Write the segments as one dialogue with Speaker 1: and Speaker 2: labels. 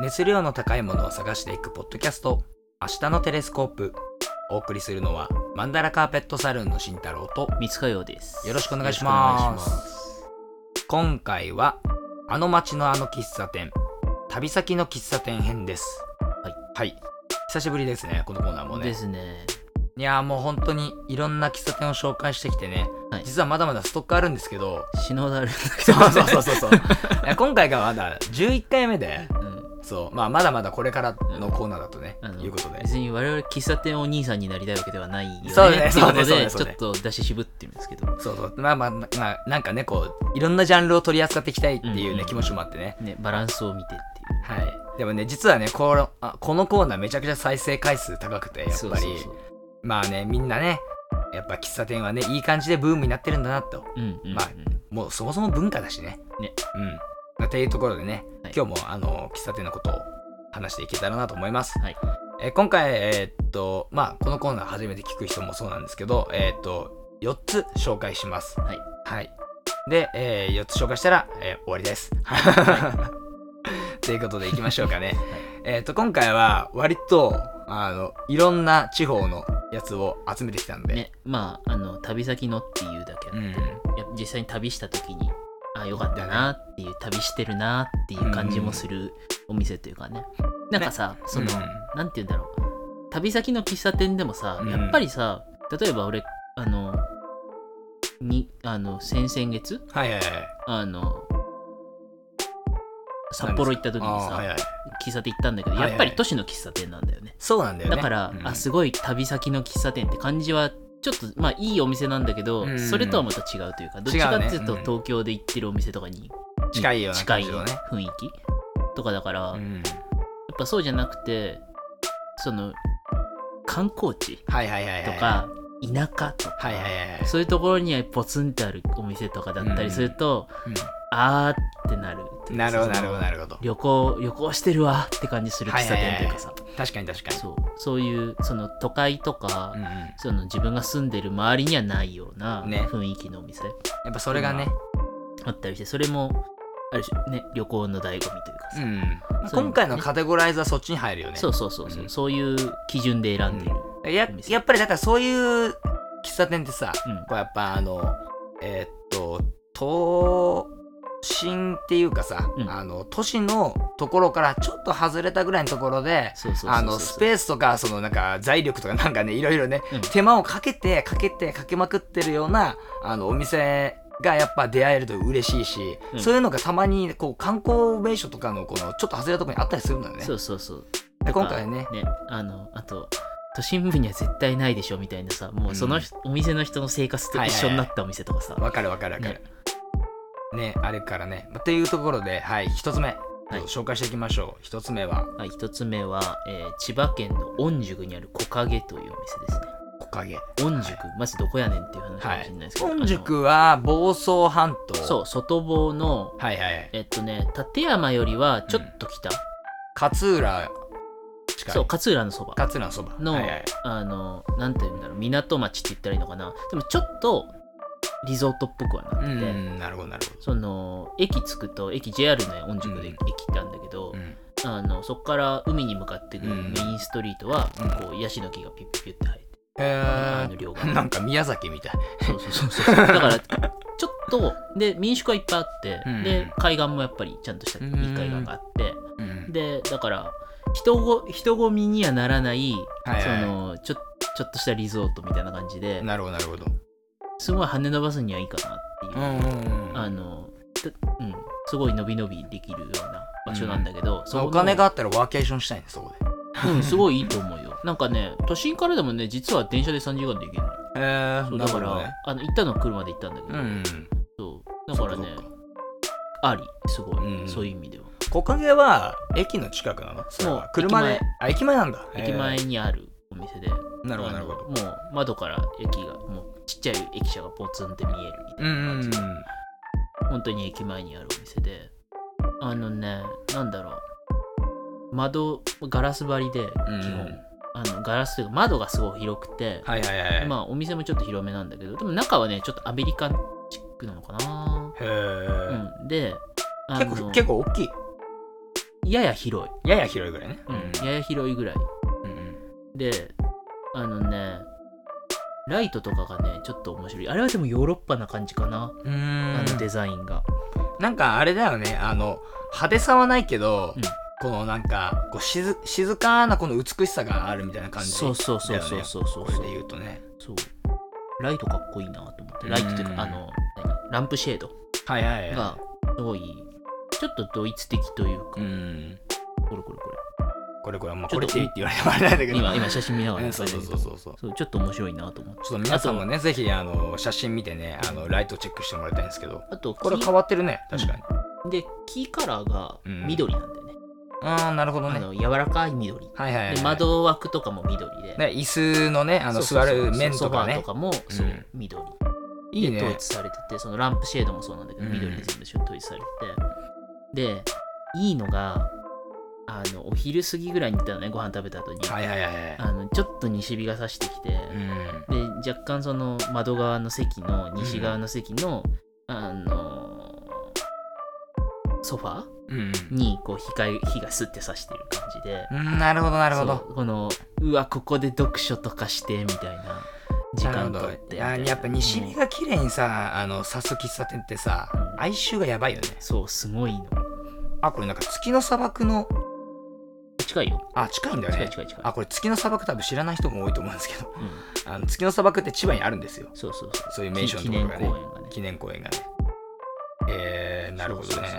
Speaker 1: 熱量の高いものを探していくポッドキャスト明日のテレスコープお送りするのはマンダラカーペットサルーンの慎太郎と
Speaker 2: 三塚洋です
Speaker 1: よろしくお願いし
Speaker 2: よ
Speaker 1: ま
Speaker 2: ろ
Speaker 1: す
Speaker 2: しくお願いします
Speaker 1: 今回はあの街のあの喫茶店旅先の喫茶店編です
Speaker 2: はい、
Speaker 1: はい、久しぶりですねこのコーナーもね
Speaker 2: ですね
Speaker 1: いやーもう本当にいろんな喫茶店を紹介してきてね、
Speaker 2: はい
Speaker 1: 実はまだまだストックあるんですけど
Speaker 2: 篠田あるんだけ
Speaker 1: そ
Speaker 2: ど
Speaker 1: うそうそうそうそう いや今回がまだ11回目で
Speaker 2: うん
Speaker 1: そうまあまだまだこれからのコーナーだとね、
Speaker 2: あの
Speaker 1: いうことで
Speaker 2: 別に我々喫茶店お兄さんになりたいわけではないよね
Speaker 1: そうね
Speaker 2: っていこ
Speaker 1: そうね
Speaker 2: と
Speaker 1: そうね
Speaker 2: で
Speaker 1: そう
Speaker 2: ちょ
Speaker 1: ね
Speaker 2: っと出し渋ってるんですけど
Speaker 1: そうそうまあまあまあなんかねこういろんなジャンルを取り扱っていきたいっていうね、
Speaker 2: うんうん
Speaker 1: 気持ちもあってね
Speaker 2: ねバランスを見てっていう
Speaker 1: はいでもね実はねこのあこのコーナーめちゃくちゃ再生回数高くてやっぱり
Speaker 2: そうそうそう
Speaker 1: まあねみんなねやっぱ喫茶店はねいい感じでブームになってるんだなと
Speaker 2: うんうんうん
Speaker 1: まあもうそもそも文化だしね
Speaker 2: ね
Speaker 1: うんまあっていうところでね、
Speaker 2: はい
Speaker 1: 今日もあの喫茶店のことを話していけたらなと思います、
Speaker 2: はい
Speaker 1: えー今回えーっとまあこのコーナー初めて聞く人もそうなんですけどえーっと4つ紹介します
Speaker 2: はい
Speaker 1: はい。で、え4つ紹介したら、えー終わりです。はい ということでいきましょうかね。 えっと、今回は割と、あの、いろんな地方のやつを集めてきたんで。
Speaker 2: ねまああの旅先のっていうだけあって、
Speaker 1: うん
Speaker 2: や実際に旅した時にあよかったなっていう旅してるなっていう感じもするお店というかね、なんかさその、
Speaker 1: うん
Speaker 2: なんて言うんだろう旅先の喫茶店でもさ、
Speaker 1: うん
Speaker 2: やっぱりさ例えば俺あのにあの先々月
Speaker 1: はいはいはい。
Speaker 2: あの札幌行った時にさ、
Speaker 1: あーはいはい
Speaker 2: 喫茶店行ったんだけど、
Speaker 1: はいはい
Speaker 2: やっぱり都市の喫茶店なんだよね
Speaker 1: そうなんだよね。
Speaker 2: だから、
Speaker 1: うん
Speaker 2: あすごい旅先の喫茶店って感じはちょっとまあいいお店なんだけど、
Speaker 1: うん
Speaker 2: それとはまた違うというかどっちかっていうと
Speaker 1: 違うねうん
Speaker 2: 東京で行ってるお店とかに
Speaker 1: 近いような
Speaker 2: 近
Speaker 1: 感
Speaker 2: い
Speaker 1: じの
Speaker 2: 雰
Speaker 1: ね。
Speaker 2: 囲気とかだから、
Speaker 1: う
Speaker 2: やっ
Speaker 1: ん
Speaker 2: ぱそうじゃなくてその観光地
Speaker 1: はいはいはいはい。
Speaker 2: とか田舎とか、
Speaker 1: はいはいはいはい。
Speaker 2: そういうところにポツンってあるお店とかだったりすると、あーってなる
Speaker 1: うんなるほどなるほどな
Speaker 2: る
Speaker 1: るほど。
Speaker 2: 旅行旅行してるわって感じする喫茶店というかさ、
Speaker 1: 確かに確かに。
Speaker 2: そうそういうその都会とか、
Speaker 1: うんうんや
Speaker 2: その自分が住んでる周りにはないような
Speaker 1: ね
Speaker 2: 雰囲気のお店
Speaker 1: っぱそれがね、
Speaker 2: あったりして、それもある種ね旅行の醍醐味というか
Speaker 1: う
Speaker 2: さ、
Speaker 1: ん。まあ
Speaker 2: そういうのね
Speaker 1: 今回のカテゴライズはそっちに入るよね。
Speaker 2: そうそうそうそう、
Speaker 1: うん
Speaker 2: そういう基準で選んでる、
Speaker 1: や
Speaker 2: お店
Speaker 1: やっぱりだからそういう喫茶店ってさ、
Speaker 2: うん
Speaker 1: こうやっぱあのえーっと都心っていうかさ、
Speaker 2: うん
Speaker 1: あの都市のところからちょっと外れたぐらいのところで
Speaker 2: そうそうそうそう
Speaker 1: あのスペースとかそのなんか財力とかなんかねいろいろね、
Speaker 2: うん
Speaker 1: 手間をかけてかけてかけまくってるようなあのお店がやっぱ出会えると嬉しいし、
Speaker 2: うん
Speaker 1: そういうのがたまにこう観光名所とかのこのちょっと外れたところにあったりするのよね
Speaker 2: そ。うそうそう
Speaker 1: で今回ね
Speaker 2: ねあのあと都心部には絶対ないでしょみたいなさもうその人、お店の人の生活と一緒になったお店とかさ、
Speaker 1: わかるわかるわかる。ねあれからね。まあっていうところで、はい、一つ目、
Speaker 2: い
Speaker 1: 紹介していきましょう。一つ目は、
Speaker 2: はい、一つ目は、えー千葉県の御宿にある木陰というお店ですね
Speaker 1: 木陰。
Speaker 2: 御宿、まずどこやねんっていう話か
Speaker 1: は
Speaker 2: もしれ
Speaker 1: い
Speaker 2: ないです。けど、
Speaker 1: 本宿は房総半島。
Speaker 2: あのそう外房の
Speaker 1: はいはいはい。
Speaker 2: えっとね立山よりはちょっと北、
Speaker 1: 勝浦近い。
Speaker 2: そう勝浦のそば
Speaker 1: 勝浦のそば。
Speaker 2: の、
Speaker 1: はいはい
Speaker 2: あのなんていうんだろう港町って言ったらいいのかなでもちょっとリゾートっぽくはな
Speaker 1: う
Speaker 2: ってて、
Speaker 1: ん、なるほどなるほ
Speaker 2: その駅着くと駅 JR の御宿で
Speaker 1: うん
Speaker 2: 駅ってあるんだけ
Speaker 1: ど。
Speaker 2: ど、
Speaker 1: うん
Speaker 2: あのそこから海に向かってくる
Speaker 1: うん
Speaker 2: メインストリートは、
Speaker 1: うん
Speaker 2: こうヤシの木がピュッピュッピュッって生えて
Speaker 1: へ
Speaker 2: あの
Speaker 1: ー
Speaker 2: 両岸
Speaker 1: なんか宮崎みたい。
Speaker 2: そうそうそうそうだからちょっとで民宿がいっぱいあって、
Speaker 1: うん
Speaker 2: で海岸もやっぱりちゃんとしたいい海岸があって、
Speaker 1: うん
Speaker 2: でだから人ご人混みにはならない、
Speaker 1: はいはい
Speaker 2: そのちょちょっとしたリゾートみたいな感じで
Speaker 1: なるほどなるほど。
Speaker 2: すごい跳ね伸ばすにはいいかなって
Speaker 1: う
Speaker 2: いう、
Speaker 1: んうんうん
Speaker 2: あのたうん、すごい伸び伸びできるような場所なんだけど、そこの
Speaker 1: お金があったらワーケーションしたいね、そこで。
Speaker 2: うん、すごいいいと思うよなんかね都心からでもね実は電車で3時間で行けるのよ
Speaker 1: へー
Speaker 2: そう
Speaker 1: なるほ
Speaker 2: だ
Speaker 1: ど
Speaker 2: から、
Speaker 1: ね。
Speaker 2: あの行ったのは車で行ったんだけ
Speaker 1: う
Speaker 2: ど、
Speaker 1: ん。
Speaker 2: そうだからね
Speaker 1: そっそっ
Speaker 2: ありすごい、
Speaker 1: うん
Speaker 2: そういう意味では
Speaker 1: 木陰は駅の近くなのそれは
Speaker 2: もう
Speaker 1: 車で
Speaker 2: 駅前
Speaker 1: あ駅前なんだ
Speaker 2: 駅前
Speaker 1: へ
Speaker 2: にあるお店で
Speaker 1: ーなるほどなるほ
Speaker 2: あの
Speaker 1: ど
Speaker 2: もう窓から駅がもうちっちゃい駅舎がポツンって見えるみた
Speaker 1: う
Speaker 2: い
Speaker 1: ん
Speaker 2: な
Speaker 1: うんう
Speaker 2: 感じ、
Speaker 1: ん
Speaker 2: 本当に駅前にあるお店であのねなんだろう窓ガラス張りで基
Speaker 1: う
Speaker 2: 本、
Speaker 1: ん
Speaker 2: あのガラスというか窓がすごい広くて、
Speaker 1: はいはいはい
Speaker 2: まあお店もちょっと広めなんだけどでも中はねちょっとアメリカンチックなのかな、
Speaker 1: へえ
Speaker 2: うん、であの
Speaker 1: 結構結構大きい
Speaker 2: やや広い、
Speaker 1: やや広いぐらいね。
Speaker 2: うん、やや広いぐらい
Speaker 1: うんうん
Speaker 2: であのねライトとかがねちょっと面白いあれはでもヨーロッパな感じかな、
Speaker 1: うーん
Speaker 2: あのデザインが
Speaker 1: なんかあれだよねあの派手さはないけど、
Speaker 2: うん
Speaker 1: このなんかこう静静かなこの美しさがあるみたいな感じ
Speaker 2: そうそうそうそうそうそう
Speaker 1: これで言うとね
Speaker 2: そうライトかっこいいなと思ってライトっていう
Speaker 1: うん
Speaker 2: かあの何ランプシェード
Speaker 1: はいはいは
Speaker 2: がすごいちょっとドイツ的という
Speaker 1: い
Speaker 2: か、
Speaker 1: うん
Speaker 2: これこれこれ
Speaker 1: これこれ、まあ、
Speaker 2: ちょ
Speaker 1: こ
Speaker 2: っと
Speaker 1: れっていいって言われてもあれなんだけど
Speaker 2: 今今写真見なが
Speaker 1: う
Speaker 2: ら
Speaker 1: んそうそうそうそうそう
Speaker 2: そうちょっと面白いなと思って
Speaker 1: ちょっと皆さんもねぜひあの写真見てねあのライトチェックしてもらいたいんですけど
Speaker 2: あと
Speaker 1: これ
Speaker 2: キー
Speaker 1: 変わってるね確かに、
Speaker 2: でキーカラーが
Speaker 1: うん
Speaker 2: 緑なんだよね、
Speaker 1: ああなるほど
Speaker 2: あ
Speaker 1: ね
Speaker 2: の柔らかい緑
Speaker 1: はいはい、はい、
Speaker 2: で窓枠とかも緑で、
Speaker 1: ね椅子のねあの
Speaker 2: そうそ
Speaker 1: 座
Speaker 2: うそう
Speaker 1: る面とか
Speaker 2: ソファー
Speaker 1: ね
Speaker 2: とかもそう、
Speaker 1: うん
Speaker 2: 緑
Speaker 1: いい
Speaker 2: 統
Speaker 1: ね
Speaker 2: 一されててそのランプシェードもそうなんだけど
Speaker 1: うん
Speaker 2: 緑で全部統一されてて、でいいのがあのお昼過ぎぐらいに行ったのねご飯食べた後に、
Speaker 1: はいはいはいはい
Speaker 2: あのちょっと西日が差してきて、
Speaker 1: うん
Speaker 2: で若干その窓側の席の西側の席の、あのソファ
Speaker 1: うん
Speaker 2: ーにこう日が日がスッて差してる感じで
Speaker 1: うんなるほどなるほど
Speaker 2: そうこのうわここで読書とかしてみたいな時間とってみ
Speaker 1: な
Speaker 2: た
Speaker 1: るほどや
Speaker 2: いな
Speaker 1: やっぱ西日
Speaker 2: うん
Speaker 1: が綺麗にさあの刺す喫茶店ってさ
Speaker 2: うん
Speaker 1: 哀愁がやばいよね
Speaker 2: そうすごいの
Speaker 1: あこれなんか月の砂漠の
Speaker 2: 近いよ
Speaker 1: あ近いんだよ
Speaker 2: 近い
Speaker 1: ね
Speaker 2: 近い近い
Speaker 1: あこれ月の砂漠多分知らない人も多いと思うんですけど
Speaker 2: うん、
Speaker 1: あの月の砂漠って千葉にあるんですよ
Speaker 2: そうそうそう
Speaker 1: そういう名
Speaker 2: き
Speaker 1: 所の
Speaker 2: 記
Speaker 1: ところがね
Speaker 2: 念公園がね
Speaker 1: 記念公園がねえー、なるほどね
Speaker 2: そうそうそ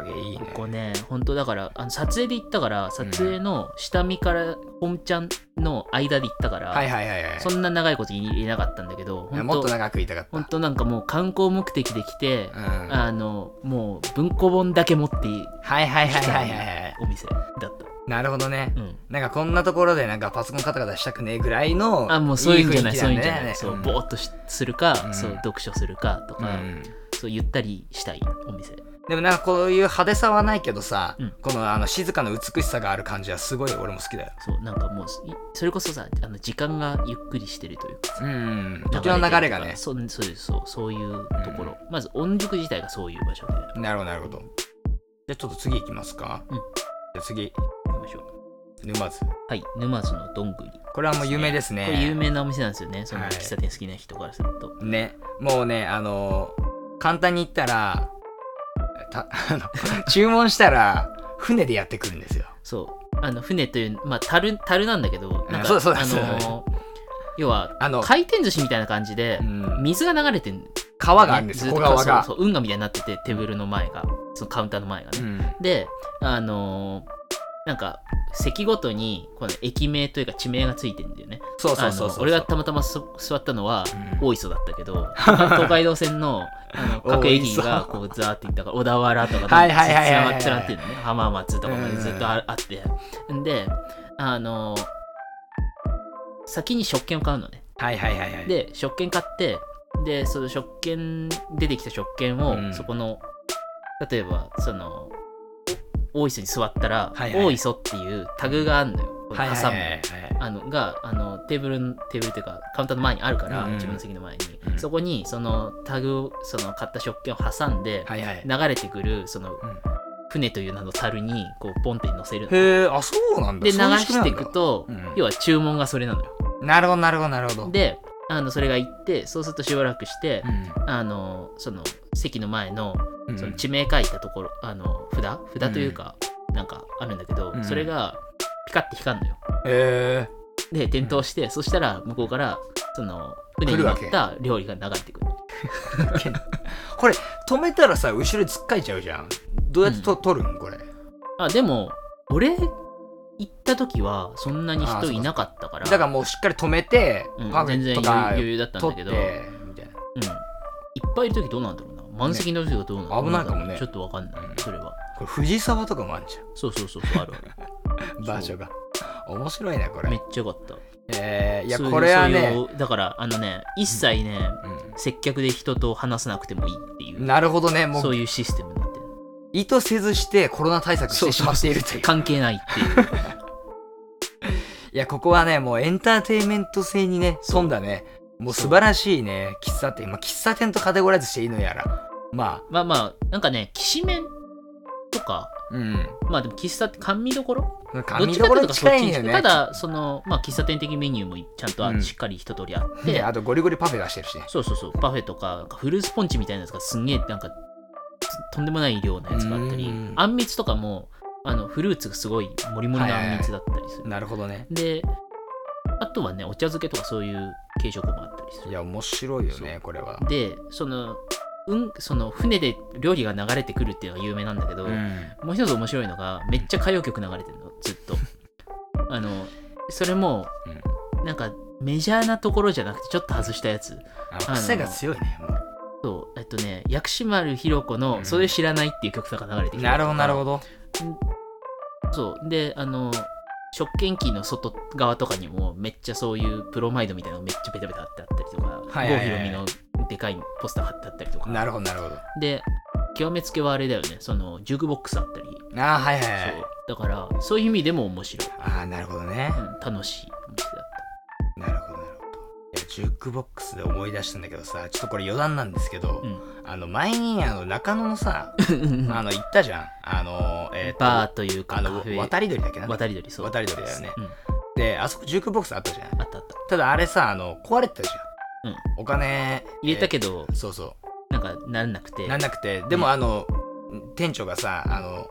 Speaker 2: う
Speaker 1: 影いい
Speaker 2: そう
Speaker 1: ね
Speaker 2: ここね本当だからあの撮影で行ったから撮影の下見から本ちゃんの間で行ったから、
Speaker 1: はいはいはいはい
Speaker 2: そんな長いこといなかったんだけど
Speaker 1: いや
Speaker 2: 本
Speaker 1: もっ
Speaker 2: 当
Speaker 1: と長く言いたかった
Speaker 2: 本当なんかもう観光目的で来て、
Speaker 1: うんはい
Speaker 2: あのもう文庫本だけ持っていい
Speaker 1: はいはいはいはいはい
Speaker 2: お店だった、
Speaker 1: なるほどね
Speaker 2: うん、
Speaker 1: なんかこんなところでなんかパソコンカタカタしたくねえぐらいの
Speaker 2: あもうそういうんじゃない
Speaker 1: 雰囲気
Speaker 2: そういうん
Speaker 1: だ
Speaker 2: じゃ
Speaker 1: よ
Speaker 2: な
Speaker 1: ね
Speaker 2: いそう、
Speaker 1: ん
Speaker 2: ぼーっとしするか、
Speaker 1: うん
Speaker 2: そう読書するかとか、
Speaker 1: うん
Speaker 2: そうゆったりしたいお店
Speaker 1: でもなんかこういう派手さはないけどさ、
Speaker 2: うん
Speaker 1: このあの静かな美しさがある感じはすごい俺も好きだよ。
Speaker 2: そうなんかもういそれこそさあの時間がゆっくりしてるというかさ
Speaker 1: うん。時の流れがね。
Speaker 2: そうそうですそうそういうところ、まず音塾自体がそういう場所で
Speaker 1: なるほどなるほど。じゃあちょっと次行きますか。
Speaker 2: うん
Speaker 1: じゃあ次、
Speaker 2: 行きましょう
Speaker 1: 沼津。
Speaker 2: はい沼津のどんぐり
Speaker 1: これはもう有名です
Speaker 2: これ有
Speaker 1: ね。
Speaker 2: 名なお店なんですよねその
Speaker 1: はい
Speaker 2: 喫茶店好きな人からすると、
Speaker 1: ね。もうね、あのー簡単に言ったら、た あの注文したら船でやってくるんですよ。
Speaker 2: そうあの船というまあ樽樽なんだけどなんか
Speaker 1: そうそう
Speaker 2: あ
Speaker 1: そう
Speaker 2: のー要は
Speaker 1: あの、
Speaker 2: 回転寿司みたいな感じで
Speaker 1: うん
Speaker 2: 水が流れてる、ね、
Speaker 1: 川があるんです
Speaker 2: ずっ
Speaker 1: よ、
Speaker 2: と
Speaker 1: 小川が。
Speaker 2: そうそう運河みたいになっててテーブルの前がそのカウンターの前がね、
Speaker 1: うん
Speaker 2: であのーなんか席ごとにこの駅名というか地名がついてるんだよね
Speaker 1: そうそうそう
Speaker 2: あ
Speaker 1: そう。
Speaker 2: の俺がたまたまそ座ったのは
Speaker 1: うん
Speaker 2: 大磯だったけど、東海道 線のあの各駅が
Speaker 1: 大
Speaker 2: こうザーっていったから小田原とかつ
Speaker 1: はいはいはいはい
Speaker 2: な
Speaker 1: はい
Speaker 2: がつながってるのね浜松とかまでずっとああってんであの先に食券を買うのね
Speaker 1: はいはいはいはい。、
Speaker 2: で食券買ってでその食券出てきた食券を、
Speaker 1: うん
Speaker 2: そこの例えばその大磯に座ったら「
Speaker 1: はいはい
Speaker 2: 大磯」っていうタグがあるのよこの
Speaker 1: はいはい
Speaker 2: 挟
Speaker 1: は
Speaker 2: む
Speaker 1: いはい。
Speaker 2: あのがあのテーブルのテーブルというかカウンターの前にあるから、
Speaker 1: うんうん
Speaker 2: 自分の席の前に、
Speaker 1: うん
Speaker 2: そこにそのタグをその買った食券を挟んで、
Speaker 1: はいはい。
Speaker 2: 流れてくるその
Speaker 1: ん
Speaker 2: 船という名の樽にこうポンって乗せるので
Speaker 1: へえ、あ、そうなんだ。
Speaker 2: 流
Speaker 1: そういう仕組
Speaker 2: し
Speaker 1: み
Speaker 2: て
Speaker 1: ないんだ
Speaker 2: くと、
Speaker 1: うん
Speaker 2: 要は注文がそれなのよ
Speaker 1: なるほどなるほどなるほど。
Speaker 2: であのそれが行ってそうするとしばらくして
Speaker 1: う、ん、
Speaker 2: あのその席の前の
Speaker 1: うん
Speaker 2: その地名書いたところ、あの札札というか、なんかあるんだけど、
Speaker 1: うん
Speaker 2: それがピカって光るのよ
Speaker 1: へえ
Speaker 2: で点灯して、そしたら向こうからその船に乗った料理が流れてくる
Speaker 1: これ止めたらさ後ろにつっかいちゃうじゃんどうやってと、取るんこれ
Speaker 2: あでも俺行った時はそんなに人いなかったから
Speaker 1: だからもうしっかり止めて、
Speaker 2: うん
Speaker 1: パーフ
Speaker 2: 全
Speaker 1: ェ
Speaker 2: 然
Speaker 1: クト
Speaker 2: 余
Speaker 1: か
Speaker 2: 余裕だったんだ
Speaker 1: 取
Speaker 2: け
Speaker 1: っ
Speaker 2: ど、
Speaker 1: て
Speaker 2: うん、
Speaker 1: みたいない
Speaker 2: っぱいいる時どうなんだろうな満席の時はどうなんだろう
Speaker 1: ね危ないかもね
Speaker 2: ちょっとわかんない、
Speaker 1: うん
Speaker 2: それは
Speaker 1: これ藤沢とかもあんじゃ
Speaker 2: そうそうそうそうあるあ
Speaker 1: ん
Speaker 2: る
Speaker 1: 場所
Speaker 2: が
Speaker 1: が面白いねこ
Speaker 2: めっ
Speaker 1: れ
Speaker 2: ちゃよかった
Speaker 1: えー、いや
Speaker 2: そうう
Speaker 1: これはね
Speaker 2: そういうだからあのね一切ね、接客で人と話さなくてもいいっていううん
Speaker 1: なるほどねも
Speaker 2: そう
Speaker 1: う
Speaker 2: いうシステムになってる
Speaker 1: 意図せずしてコロナ対策してしまっているという
Speaker 2: 関係ないっていう
Speaker 1: いやここはねもうエンターテインメント性にね
Speaker 2: そう
Speaker 1: 富んだねもう
Speaker 2: そう
Speaker 1: 素晴らしいね喫茶店まあ喫茶店とカテゴライズしていいのやらまあ
Speaker 2: まあまあなんかねきしめんとか
Speaker 1: うん。
Speaker 2: まあでも喫茶店甘味どころどっ
Speaker 1: 髪
Speaker 2: ち
Speaker 1: ど
Speaker 2: か
Speaker 1: ことろ
Speaker 2: いうとそっ
Speaker 1: 近
Speaker 2: ち
Speaker 1: いん
Speaker 2: に
Speaker 1: だよ
Speaker 2: 近い
Speaker 1: ね。
Speaker 2: ただそのまあ喫茶店的メニューもちゃんと
Speaker 1: う
Speaker 2: あ
Speaker 1: ん
Speaker 2: しっかり一通りあって、
Speaker 1: で、あとゴリゴリパフェ出してるしね。
Speaker 2: そうそうそうパフェとかなんかフルーツポンチみたいなやつがすんげえなんかつとんでもない量のやつがあったり
Speaker 1: うん
Speaker 2: あんみつとかもあのフルーツがすごいもりもりのあんみつだったりする、
Speaker 1: なるほどね。
Speaker 2: であとはねお茶漬けとかそういう軽食もあったりす
Speaker 1: い
Speaker 2: る
Speaker 1: や、面白いよ
Speaker 2: そ
Speaker 1: ね、これは。
Speaker 2: でその,、うん、その船で料理が流れてくるっていうのが有名なんだけど、
Speaker 1: うん。
Speaker 2: もう一つ面白いのがめっちゃ歌謡曲流れてるのずっ とあのそれも、なんかメジャーなところじゃなくてちょっと外したやつ
Speaker 1: あの癖が強いね。もう
Speaker 2: そうえっとね薬師丸ひろ子の
Speaker 1: う
Speaker 2: 「
Speaker 1: ん
Speaker 2: それ知らない」っていう曲とか流れてきて
Speaker 1: なるほど、なるほど。
Speaker 2: そうであの食券機の外側とかにもめっちゃそういうプロマイドみたいなのめっちゃベタベタ貼ってあったりとか
Speaker 1: はいはいはい
Speaker 2: 郷ひろみのでかいポスター貼ってあったりとか
Speaker 1: なるほど、なるほど。
Speaker 2: で極めつけはあれだよねそのジュークボックスあったり、
Speaker 1: ああ、はいはいはい
Speaker 2: そ。うだからそういう意味でも面白い、
Speaker 1: ああ、なるほどね。
Speaker 2: うん、楽しいお店だっ
Speaker 1: なるほど、なるほど。いや、ジュークボックスで思い出したんだけどさ、ちょっとこれ余談なんですけど、
Speaker 2: うん
Speaker 1: あの、前に、あの、中野のさ、
Speaker 2: た
Speaker 1: あの、行ったじゃん。あの、えっ、と、
Speaker 2: バーというか
Speaker 1: あ
Speaker 2: カ
Speaker 1: の
Speaker 2: フ、ェ
Speaker 1: 渡り鳥だっけな。
Speaker 2: 渡り鳥そう
Speaker 1: 渡り鳥だよね。
Speaker 2: うん
Speaker 1: で、あそこジュークボックスあったじゃん。
Speaker 2: あったあった
Speaker 1: ただあれさ、あの、壊れてたじゃん。
Speaker 2: うん
Speaker 1: お金。
Speaker 2: 入れた
Speaker 1: ど。
Speaker 2: けど、
Speaker 1: そうそ
Speaker 2: なんかならなくて
Speaker 1: う。なんなくて、でもあの、店長がさ、あの、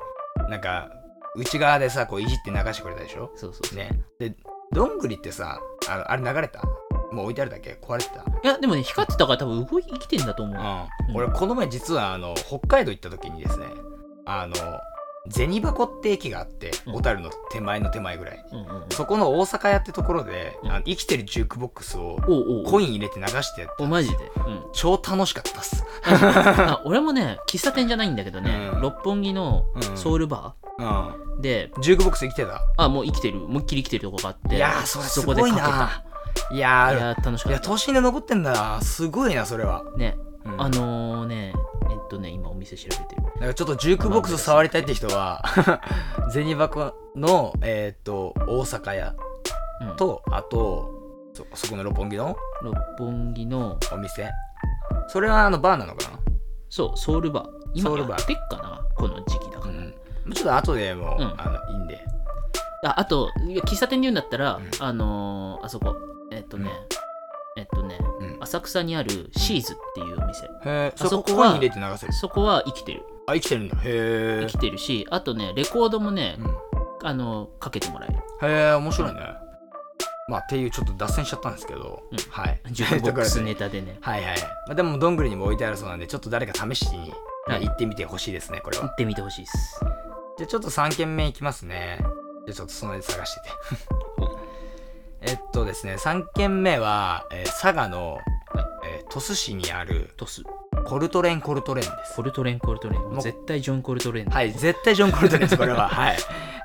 Speaker 1: なんか、内側でさ、こういじって流してくれたでしょ
Speaker 2: そうそうそう、
Speaker 1: ね。で、どんぐりってさ、あのあれ流れたもう置いてあるだけ壊れてた
Speaker 2: いやでもね光ってたから多分動い生きてんだと思う、
Speaker 1: うん、
Speaker 2: うん
Speaker 1: 俺この前実はあの北海道行った時にですねあの銭箱って駅があって
Speaker 2: うん
Speaker 1: 小樽の手前の手前ぐらい、
Speaker 2: うんうんうん
Speaker 1: そこの大阪屋ってところで、
Speaker 2: うん
Speaker 1: あの生きてるジュークボックスを
Speaker 2: おうおう
Speaker 1: コイン入れて流してやった
Speaker 2: おマジで、うん、
Speaker 1: 超楽しかったっす、
Speaker 2: あ俺もね喫茶店じゃないんだけどね、
Speaker 1: うん
Speaker 2: 六本木の
Speaker 1: うん
Speaker 2: ソウルバ
Speaker 1: う
Speaker 2: ーで、
Speaker 1: ん、ジュークボックス生きてた
Speaker 2: あもう生きてる思いっきり生きてるとこがあって
Speaker 1: いやーそれす
Speaker 2: こ
Speaker 1: ご
Speaker 2: で
Speaker 1: い
Speaker 2: かけた
Speaker 1: ないや
Speaker 2: い
Speaker 1: ー
Speaker 2: やー楽し
Speaker 1: い
Speaker 2: か
Speaker 1: や
Speaker 2: った
Speaker 1: 都心で残ってんだなすごいなそれは、
Speaker 2: ね
Speaker 1: うん、
Speaker 2: あのねえっとね今お店調べてる
Speaker 1: なんかちょっとジュークボックス触りたいって人 は銭箱のえーっと大阪屋
Speaker 2: うん
Speaker 1: とあとそそこの六本木の
Speaker 2: 六本木の
Speaker 1: お店それはあのバーなのか
Speaker 2: そうソウルバー今
Speaker 1: ソウ
Speaker 2: や
Speaker 1: ルバー
Speaker 2: ってっかなこの時期だ
Speaker 1: な
Speaker 2: か
Speaker 1: う
Speaker 2: ら、
Speaker 1: んちょっと後でもう、
Speaker 2: うん
Speaker 1: あのいいんで
Speaker 2: ああといや喫茶店で言うんだったら、
Speaker 1: うん
Speaker 2: あのーあそこえっとね、えっとね
Speaker 1: うん
Speaker 2: 浅草にあるシーズっていうお店
Speaker 1: へえ
Speaker 2: あそ
Speaker 1: そ
Speaker 2: こ
Speaker 1: こ
Speaker 2: は
Speaker 1: コイン入れて流せる
Speaker 2: そこは生きてる
Speaker 1: あ生きてるんだ
Speaker 2: 生
Speaker 1: へえ
Speaker 2: きてるしあとねレコードもね、
Speaker 1: うん
Speaker 2: あのかけてもらえる
Speaker 1: へえ面白いねまあっていうちょっと脱線しちゃったんですけど、
Speaker 2: うん
Speaker 1: はい
Speaker 2: ジュークボックス ネ
Speaker 1: とこ
Speaker 2: タでね
Speaker 1: ろではいはい、まあ、でもどんぐりにも置いてあるそうなんでちょっと誰か試しに、ね
Speaker 2: はい
Speaker 1: 行ってみてほしいですねこれは
Speaker 2: 行ってみてほしいです
Speaker 1: じゃあちょっと3軒目いきますね。じゃあちょっとその辺探してて。 えっとですね、3軒目は、えー佐賀の、えー鳥栖市にある
Speaker 2: トス
Speaker 1: コルトレンコルトレンです
Speaker 2: コ。ルトレンコルトレンもう
Speaker 1: もう
Speaker 2: 絶対ジョン・コルトレンだ
Speaker 1: はい、絶対ジョン・コルトレンです、これは。はい。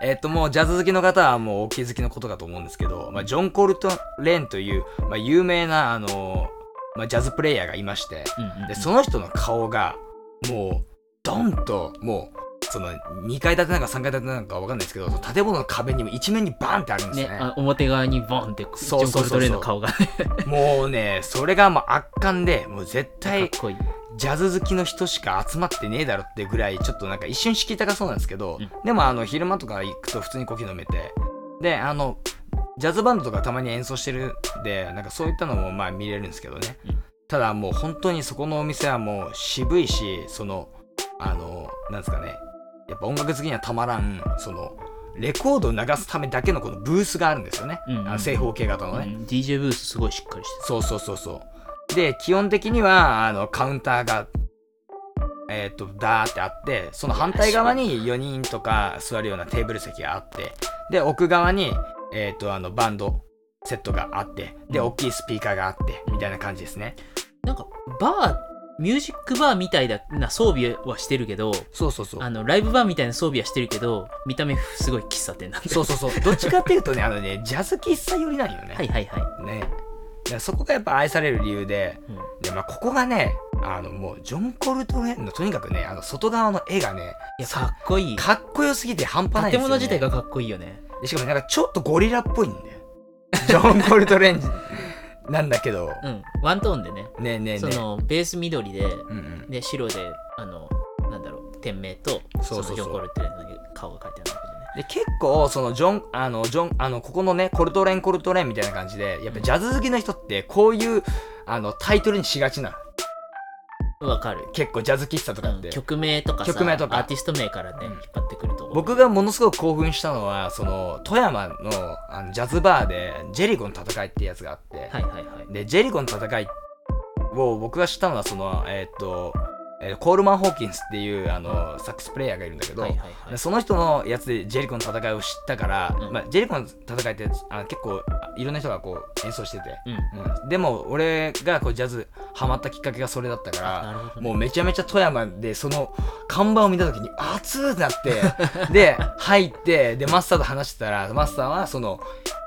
Speaker 1: えっと、もうジャズ好きの方はもうお気づきのことかと思うんですけど、まあ、ジョン・コルトレンという、まあ、有名な、あのーまあ、ジャズプレイヤーがいまして、
Speaker 2: うんうんうん
Speaker 1: で、その人の顔が、もう、ドンと、もう、その、2階建てなんか3階建てなんかわかんないですけど、建物の壁にも一面にバーンってあるんです
Speaker 2: ね
Speaker 1: よね。
Speaker 2: あ表側にボンってジ
Speaker 1: そ
Speaker 2: ョ
Speaker 1: う
Speaker 2: ン・
Speaker 1: そ
Speaker 2: コ
Speaker 1: うそうそう
Speaker 2: ルトレンの顔がかっ
Speaker 1: もうね、それがもう圧巻で、もう絶対、
Speaker 2: こいい
Speaker 1: ジャズ好きの人しか集まってねえだろってぐらい、ちょっとなんか一瞬敷居高そうなんですけど、
Speaker 2: うん
Speaker 1: でもあの、昼間とか行くと普通にコーヒー飲めて、で、あの、ジャズバンドとかたまに演奏してるんで、なんかそういったのもまあ見れるんですけどね。
Speaker 2: うん
Speaker 1: ただもう本当にそこのお店はもう渋いし、その、あの、なんですかね、やっぱ音楽好きにはたまらん、その、レコードを流すためだけのこのブースがあるんですよね。
Speaker 2: うんうん
Speaker 1: あの正方形型のね。
Speaker 2: うん DJ ブースすごいしっかりして
Speaker 1: そうそうそうそう。で、基本的には、あの、カウンターが、えっ、と、ダーってあって、その反対側に4人とか座るようなテーブル席があって、で、奥側に、えっ、と、あの、バンド、セットがあって、で、
Speaker 2: うん
Speaker 1: 大きいスピーカーがあって、みたいな感じですね。
Speaker 2: なんかバーミュージックバーみたいな装備はしてるけど
Speaker 1: そうそうそう
Speaker 2: あ。のライブバーみたいな装備はしてるけど見た目すごい喫茶店なんで
Speaker 1: そうそう そう。どっちかっていうとね、あのね、ジャズ喫茶寄りなんよね。
Speaker 2: はいはいはい、
Speaker 1: ね。だからそこがやっぱ愛される理由で、
Speaker 2: うん
Speaker 1: で、まあ、ここがね、あの、もう、ジョン・コルトレーンの、とにかくね、あの、外側の絵がね、
Speaker 2: いやかっこいい
Speaker 1: かっこよすぎて半端ないですよ、
Speaker 2: 建
Speaker 1: ね、
Speaker 2: 物自体がかっこいいよね
Speaker 1: でしかもなんかちょっとゴリラっぽいんだよジョン・コルトレンジなんだけど
Speaker 2: うんワントーンでね
Speaker 1: ねえねえねえ
Speaker 2: そのベース緑で
Speaker 1: うんうん
Speaker 2: で白であのなんだろう店名と
Speaker 1: そうそうそう
Speaker 2: のジョン・コルテレンの顔が書いてあるんだけどね
Speaker 1: で結構そのジョンあのジョンあのここのねコルトレーンコルトレーンみたいな感じでやっぱジャズ好きの人ってこういうあのタイトルにしがちなの
Speaker 2: わかる、
Speaker 1: 結構ジャズ喫茶とか
Speaker 2: う
Speaker 1: っ
Speaker 2: ん
Speaker 1: て、
Speaker 2: 曲名とかさ
Speaker 1: 曲名とか
Speaker 2: アーティスト名からね
Speaker 1: うん
Speaker 2: 引っ張ってくると思う
Speaker 1: 僕がものすごく興奮したのはその富山のあのジャズバーでジェリコの戦いってやつがあって、
Speaker 2: はいはいはい
Speaker 1: でジェリコの戦いを僕が知ったのはそのえーっと、えーコールマン・ホーキンスっていうあのサックスプレイヤーがいるんだけど、
Speaker 2: はいはいはい
Speaker 1: でその人のやつでジェリコの戦いを知ったから、
Speaker 2: うん
Speaker 1: まあ、ジェリコの戦いってあ結構あいろんな人がこう演奏してて、
Speaker 2: うん
Speaker 1: うんでも俺がこうジャズハマったきっかけがそれだったか
Speaker 2: な
Speaker 1: ら
Speaker 2: るほどね
Speaker 1: もうめちゃめちゃ富山でその看板を見た時に熱ーってなって で入ってでマスターと話してたらマスターはその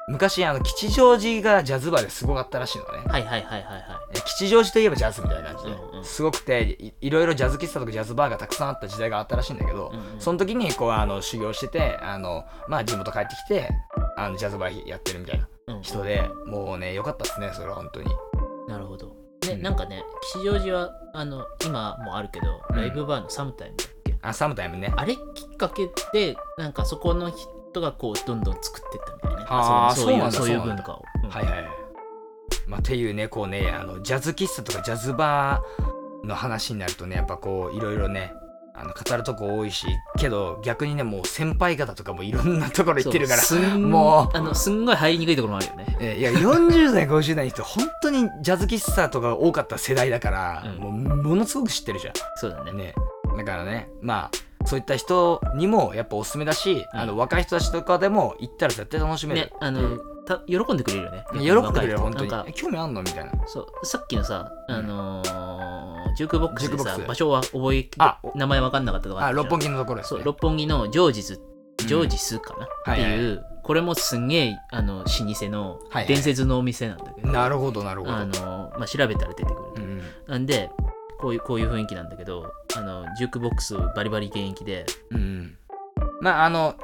Speaker 1: 昔あの吉祥寺がジャズバーですごかったらしいのね。
Speaker 2: はいはいはいはいは
Speaker 1: え吉祥寺といえばジャズみたいな感じで、
Speaker 2: うんうん
Speaker 1: すごくていいろいろジャズ喫茶とかジャズバーがたくさんあった時代があったらしいんだけど、
Speaker 2: うんうん、
Speaker 1: その時にこうあの修行しててあの、まあ、地元帰ってきてあのジャズバーやってるみたいない
Speaker 2: うん
Speaker 1: 人で、もうねよかったですねそれは本当に。
Speaker 2: なるほどね、
Speaker 1: うん
Speaker 2: なんかね吉祥寺はあの今もあるけど
Speaker 1: うん
Speaker 2: ライブバーのサムタイムだっけ、
Speaker 1: あサムタイムね。
Speaker 2: あれきっかけでなんかそこの人がこうどんどん作ってったみたいね
Speaker 1: あー
Speaker 2: そう
Speaker 1: そ
Speaker 2: い
Speaker 1: うなん
Speaker 2: う
Speaker 1: だ
Speaker 2: そういう
Speaker 1: そうなん
Speaker 2: 文
Speaker 1: だ
Speaker 2: 化を、うん
Speaker 1: はいはいはい。まあ、っていうねこうねあのジャズ喫茶とかジャズバーの話になるとねやっぱこういろいろねあの語るとこ多いしけど逆にねもう先輩方とかもいろんなところ行ってるから
Speaker 2: そうすん
Speaker 1: もう
Speaker 2: あのすんごい入りにくいところもあるよね
Speaker 1: えーいや40代50代の人本当にジャズ喫茶とかが多かった世代だから、
Speaker 2: うん
Speaker 1: もうものすごく知ってるじゃ
Speaker 2: そうだね
Speaker 1: ん、ね、だからねまあそういった人にもやっぱおすすめだし、
Speaker 2: うん
Speaker 1: あの若い人たちとかでも行ったら絶対楽しめ
Speaker 2: ね
Speaker 1: る、
Speaker 2: あのた喜んでくれるよね
Speaker 1: 喜んでくれる
Speaker 2: 若い人
Speaker 1: 本当に
Speaker 2: なんか
Speaker 1: え興味あんのみたいな
Speaker 2: そうさっきのさあのージュークボックス
Speaker 1: ジューク
Speaker 2: で
Speaker 1: ボッ
Speaker 2: さ
Speaker 1: クス
Speaker 2: 場所は覚え
Speaker 1: あお
Speaker 2: 名前わかんなかったとか
Speaker 1: あ六本木のところです、
Speaker 2: そう
Speaker 1: ね、
Speaker 2: 六本木のジョージズ
Speaker 1: うん
Speaker 2: ジョージスかな、
Speaker 1: はいはい
Speaker 2: っていうこれもすんげえあの老舗の
Speaker 1: はいはい
Speaker 2: 伝説のお店なんだけど、
Speaker 1: なるほどなるほど
Speaker 2: あの、まあ、調べたら出てくる、
Speaker 1: うんうん
Speaker 2: なんでこういうこういう雰囲気なんだけどあのジュークボックスバリバリ現役で
Speaker 1: うんうんまああの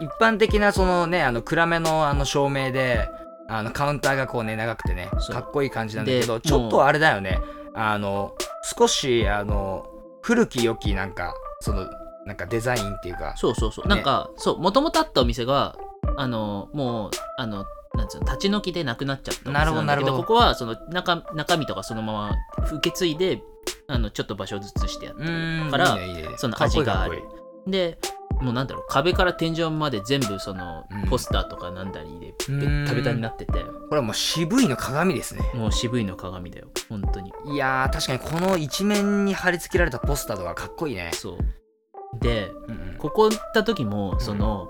Speaker 1: 一般的なそのねあの暗めのあの照明であのカウンターがこうね長くてね
Speaker 2: そう
Speaker 1: かっこいい感じなんだけど
Speaker 2: で
Speaker 1: ちょっ
Speaker 2: もう
Speaker 1: とあれだよねあの少しあの古き良きなんかそのなんかデザインっていうか
Speaker 2: そうそうそう、
Speaker 1: ね
Speaker 2: なんかそうもともとあったお店があのもうあのなんつうの立ち退きでなくなっちゃったお店
Speaker 1: なるほど
Speaker 2: んだけ
Speaker 1: なるほど
Speaker 2: ここはその中中身とかそのまま受け継いであのちょっと場所をずつしてやって
Speaker 1: う
Speaker 2: る
Speaker 1: ーん
Speaker 2: から
Speaker 1: いいねいいね
Speaker 2: その
Speaker 1: かっこいい
Speaker 2: 味が
Speaker 1: かっこいい
Speaker 2: でもうなんだろう壁から天井まで全部その
Speaker 1: うん
Speaker 2: ポスターとかなんだりで
Speaker 1: うん
Speaker 2: べ食べたになってて
Speaker 1: これはもう渋いの鏡ですね
Speaker 2: もう渋いの鏡だよ本当に
Speaker 1: いやー確かにこの一面に貼り付けられたポスターとかかっこいいね
Speaker 2: そうで
Speaker 1: うんうん
Speaker 2: ここ行った時もその、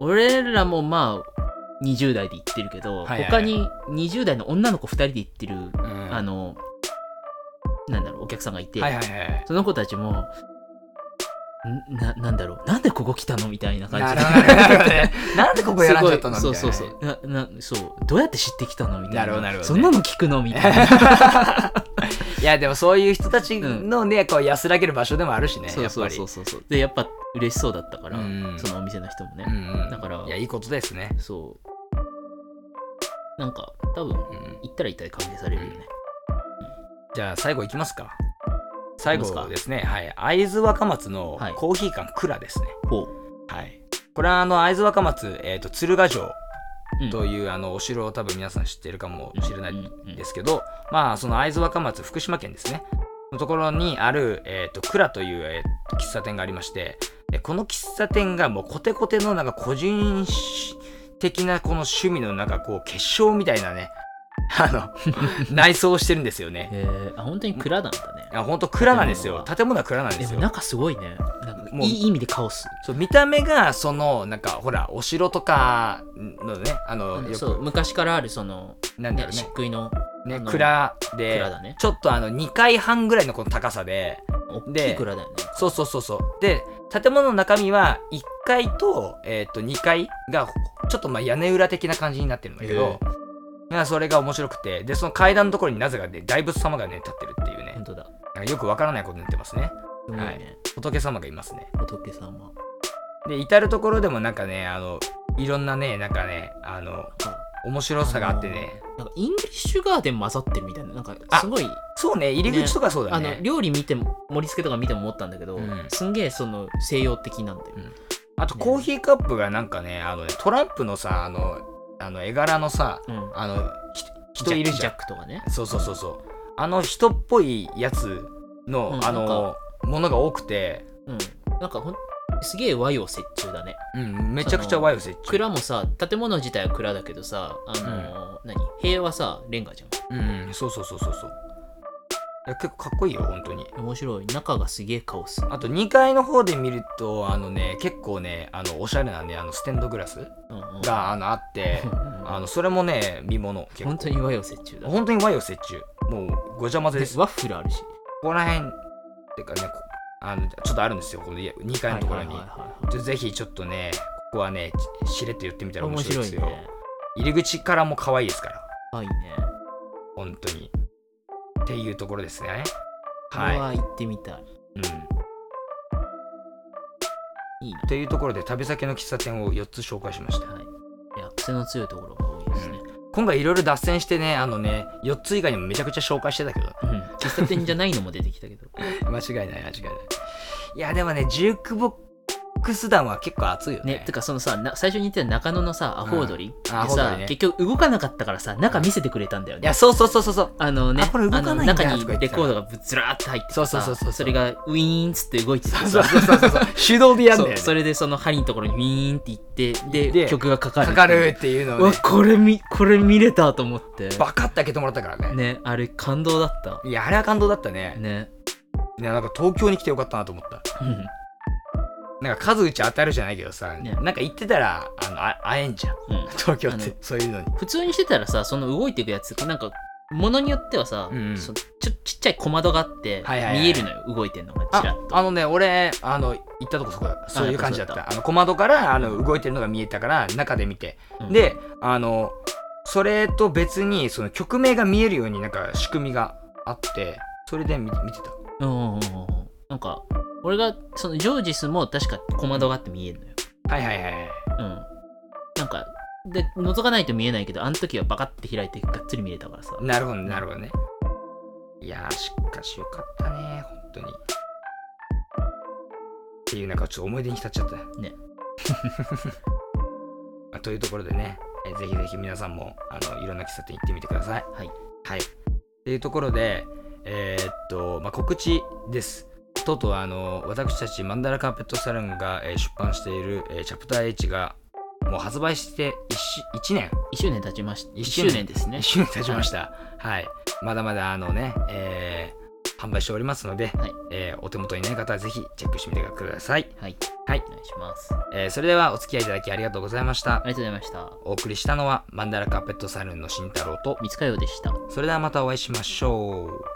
Speaker 2: 俺らもまあ20代で行ってるけ
Speaker 1: は
Speaker 2: ど、
Speaker 1: いはいはい
Speaker 2: 他に20代の女の子2人で行ってる、
Speaker 1: うん
Speaker 2: あのなんだろうお客さんがいて、
Speaker 1: はいはいはい
Speaker 2: その子たちもんななんだろうなんでここ来たのみたいな感
Speaker 1: な
Speaker 2: じで
Speaker 1: るほどなるほ どねなんでここやらんじゃったのみ
Speaker 2: す
Speaker 1: たい
Speaker 2: ご
Speaker 1: ない
Speaker 2: そうそうそうななそうどうやって知ってきたのみたいな
Speaker 1: なるほどなるほど
Speaker 2: そんなの聞くのみ たいな
Speaker 1: いやでもそういう人たちのね、こう安らげる場所でもあるしね
Speaker 2: そうそうそうそうそうでやっぱ嬉しそうだったから、
Speaker 1: うん
Speaker 2: そのお店の人もね
Speaker 1: やっぱり、うんうん、
Speaker 2: だから
Speaker 1: いやいいことですね、
Speaker 2: そうなんか多
Speaker 1: う
Speaker 2: 分
Speaker 1: ん、
Speaker 2: 行ったら行ったら歓迎されるよね、
Speaker 1: じゃあ最後いきますか最
Speaker 2: いきま
Speaker 1: 後
Speaker 2: すか
Speaker 1: ですねはい会津若松の
Speaker 2: はい
Speaker 1: コーヒー館蔵ですね
Speaker 2: ほう、
Speaker 1: はい、これはあの会津若松、えー、と鶴ヶ城
Speaker 2: うん
Speaker 1: という、あのお城を多分皆さん知ってるかもしれない
Speaker 2: うん
Speaker 1: ですけど、まあその会津若松福島県ですねのところにある、えー、と蔵という、えー喫茶店がありましてでこの喫茶店がもうコテコテのなんか個人的なこの趣味のなんかこう結晶みたいなね あの 内装をしてるんですよね
Speaker 2: へえあ本当に蔵なんだね
Speaker 1: いやほんと蔵なんですよ
Speaker 2: 建
Speaker 1: 建物は蔵なんで
Speaker 2: です
Speaker 1: よ
Speaker 2: も中すごいねなんか
Speaker 1: もう
Speaker 2: いい意味でカオス
Speaker 1: そう見た目がそのなんかほらお城とかのねあのよ
Speaker 2: そう
Speaker 1: く
Speaker 2: 昔からあるその、
Speaker 1: なんだろ、
Speaker 2: ね
Speaker 1: うね
Speaker 2: 漆喰の
Speaker 1: ね
Speaker 2: あ、の
Speaker 1: 蔵で
Speaker 2: 蔵だね
Speaker 1: ちょっとあの2階半ぐらいのこの高さで
Speaker 2: 大き
Speaker 1: で
Speaker 2: い蔵だよね
Speaker 1: そうそうそうそうで建物の中身は1階と,、えー、と2階がちょっとまあ屋根裏的な感じになってるんだけどまあそれが面白くてでその階段のところになぜかね大仏様がね立ってるっていうね
Speaker 2: 本当だ
Speaker 1: なんかよくわからないことになってますね
Speaker 2: すごい
Speaker 1: はい
Speaker 2: ね、
Speaker 1: 仏様がいますね
Speaker 2: 仏様
Speaker 1: で至る所でもなんかねあのいろんなねなんかねあの面白さがあってね
Speaker 2: あのなんかイングリッシュガーデン混ざってるみたいななんか
Speaker 1: あ
Speaker 2: すごいあ、
Speaker 1: そうね入り口とかそうだね
Speaker 2: の料理見ても盛り付けとか見ても思ったんだけど、
Speaker 1: うん
Speaker 2: すんげえその西洋的なんだよ、
Speaker 1: うんあとコーヒーカップがなんかねあのねトランプのさあのあの絵柄のさ
Speaker 2: うん
Speaker 1: あのひ人いる
Speaker 2: ジャ
Speaker 1: じ
Speaker 2: ジャ
Speaker 1: ゃ
Speaker 2: ックとかね
Speaker 1: んそうそうそうそうあの人っぽいやつの、
Speaker 2: うん
Speaker 1: あ
Speaker 2: なん
Speaker 1: の
Speaker 2: か
Speaker 1: ものが多くて、
Speaker 2: うんなんかほんすげえ和洋折衷だね
Speaker 1: うん、めちゃくちゃ和洋折衷、
Speaker 2: 蔵もさ建物自体は蔵だけどさあのー何塀はさレンガじゃ
Speaker 1: うん、そうそうそうそうそういや結構かっこいいよ本当に
Speaker 2: ん面白い中がすげえカオス
Speaker 1: あと2階の方で見るとあのね結構ねあのおしゃれなねあのステンドグラス
Speaker 2: うんうん
Speaker 1: があのあ って
Speaker 2: うんうん
Speaker 1: あのそれもね見もの結構
Speaker 2: 本当に和洋折衷だ
Speaker 1: 本当に和洋折衷もうごちゃ混ぜ
Speaker 2: で
Speaker 1: ですこ
Speaker 2: ワッフルあるし
Speaker 1: こら辺っていうかねこあのちょっとあるんですよこの家2階のところに、
Speaker 2: はいはいはいはい
Speaker 1: ちょぜひちょっとねここはねししれっと言ってみたら面
Speaker 2: 面
Speaker 1: 白い
Speaker 2: 白
Speaker 1: で
Speaker 2: い
Speaker 1: す
Speaker 2: ね
Speaker 1: よ、入り口からも可愛いですから
Speaker 2: はいね
Speaker 1: 本当にっていうところですね
Speaker 2: こ
Speaker 1: はい
Speaker 2: れは行ってみたい
Speaker 1: うん、
Speaker 2: いいな
Speaker 1: というところで旅先の喫茶店を4つ紹介しました
Speaker 2: はいいや癖の強いところが多いですね
Speaker 1: 今回いろいろ脱線してねあのね4つ以外にもめちゃくちゃ紹介してたけど
Speaker 2: うん喫茶店じゃないのも出てきたけど
Speaker 1: 間違いない間違いないいやでもねジュークボックス団は結構熱いよね
Speaker 2: ねてかそのさな最初に言ってた中野のさアホウドリで
Speaker 1: アホウドリ
Speaker 2: さ
Speaker 1: ね
Speaker 2: 結局動かなかったからさ中見せてくれたんだよ
Speaker 1: い
Speaker 2: ね
Speaker 1: やそうそうそうそうそう
Speaker 2: あのね、
Speaker 1: あこれ動かないんだ
Speaker 2: あの
Speaker 1: と
Speaker 2: 中
Speaker 1: か言
Speaker 2: に
Speaker 1: って
Speaker 2: レ
Speaker 1: た
Speaker 2: コードがぶずらーって入ってて
Speaker 1: そうそうそうそう
Speaker 2: それがウィーンっつって動いてて
Speaker 1: そう
Speaker 2: さ
Speaker 1: そうそう そう手動でやんだよ、
Speaker 2: そ
Speaker 1: ね、
Speaker 2: うそれでその針のところにウィーンっていってで
Speaker 1: で
Speaker 2: 曲がかかる
Speaker 1: かかるっていうの
Speaker 2: う
Speaker 1: を
Speaker 2: わ
Speaker 1: ね
Speaker 2: これ見これ見れたと思って
Speaker 1: バカって開けてもらったからね
Speaker 2: ねあれ感動だった
Speaker 1: いやあれは感動だったね
Speaker 2: ね
Speaker 1: いやなんか東京に来てよかったなと思った
Speaker 2: うん
Speaker 1: なんか数打ち当たるじゃないけどさ、
Speaker 2: ね
Speaker 1: なんか行ってたらあのあ会えん じゃん
Speaker 2: うん
Speaker 1: 東京っ
Speaker 2: あ
Speaker 1: て
Speaker 2: の
Speaker 1: そういうのに
Speaker 2: 普通にしてたらさその動いていくやつなんかものによってはさ、
Speaker 1: うんうん
Speaker 2: そちょちっちゃい小窓があって、
Speaker 1: はいはいはい
Speaker 2: 見えるのよ動いてんのがちら
Speaker 1: あ
Speaker 2: っと
Speaker 1: あのね俺あの行ったとこそこだそういう感じだった
Speaker 2: やっ
Speaker 1: あの小窓からあの動いてるのが見えたから中で見て、
Speaker 2: うん
Speaker 1: であのそれと別にその曲名が見えるようになんか仕組みがあってそれで見見てた
Speaker 2: うんうんうんうんなんか俺がそのジョージスも確か小窓があって見えるのよ
Speaker 1: はいはいはいはい
Speaker 2: うんなんかで覗かないと見えないけどあの時はバカって開いてがっつり見れたからさ
Speaker 1: なるほどなるほどねいやーしかしよかったね本当にっていうなんかちょっと思い出に浸っちゃった
Speaker 2: ね
Speaker 1: まあというところでねえーぜひぜひ皆さんもあのいろんな喫茶店行ってみてください
Speaker 2: はい、
Speaker 1: はい、っていうところでえーっと、まあ、告知ですとうとうあの私たちマンダラカーペットサロンが、えー出版している、えーチャプター H がもう発売して1し1年
Speaker 2: 1周年経ちました
Speaker 1: 一
Speaker 2: 1
Speaker 1: 周
Speaker 2: 周
Speaker 1: 年
Speaker 2: 年ですね
Speaker 1: 一周年経ちました。はい。まだまだあのね、えー販売しておりますので、
Speaker 2: はい
Speaker 1: えーお手元にない方はぜひチェックしてみてください。
Speaker 2: はい、
Speaker 1: はい
Speaker 2: お願いしますあ
Speaker 1: えーそれではお付き合いいただきありがとうございました。
Speaker 2: りがとうございました
Speaker 1: お送りしたのはマンダラカーペットサルンの慎太郎と、
Speaker 2: 三塚洋でした
Speaker 1: それではまたお会いしましょう。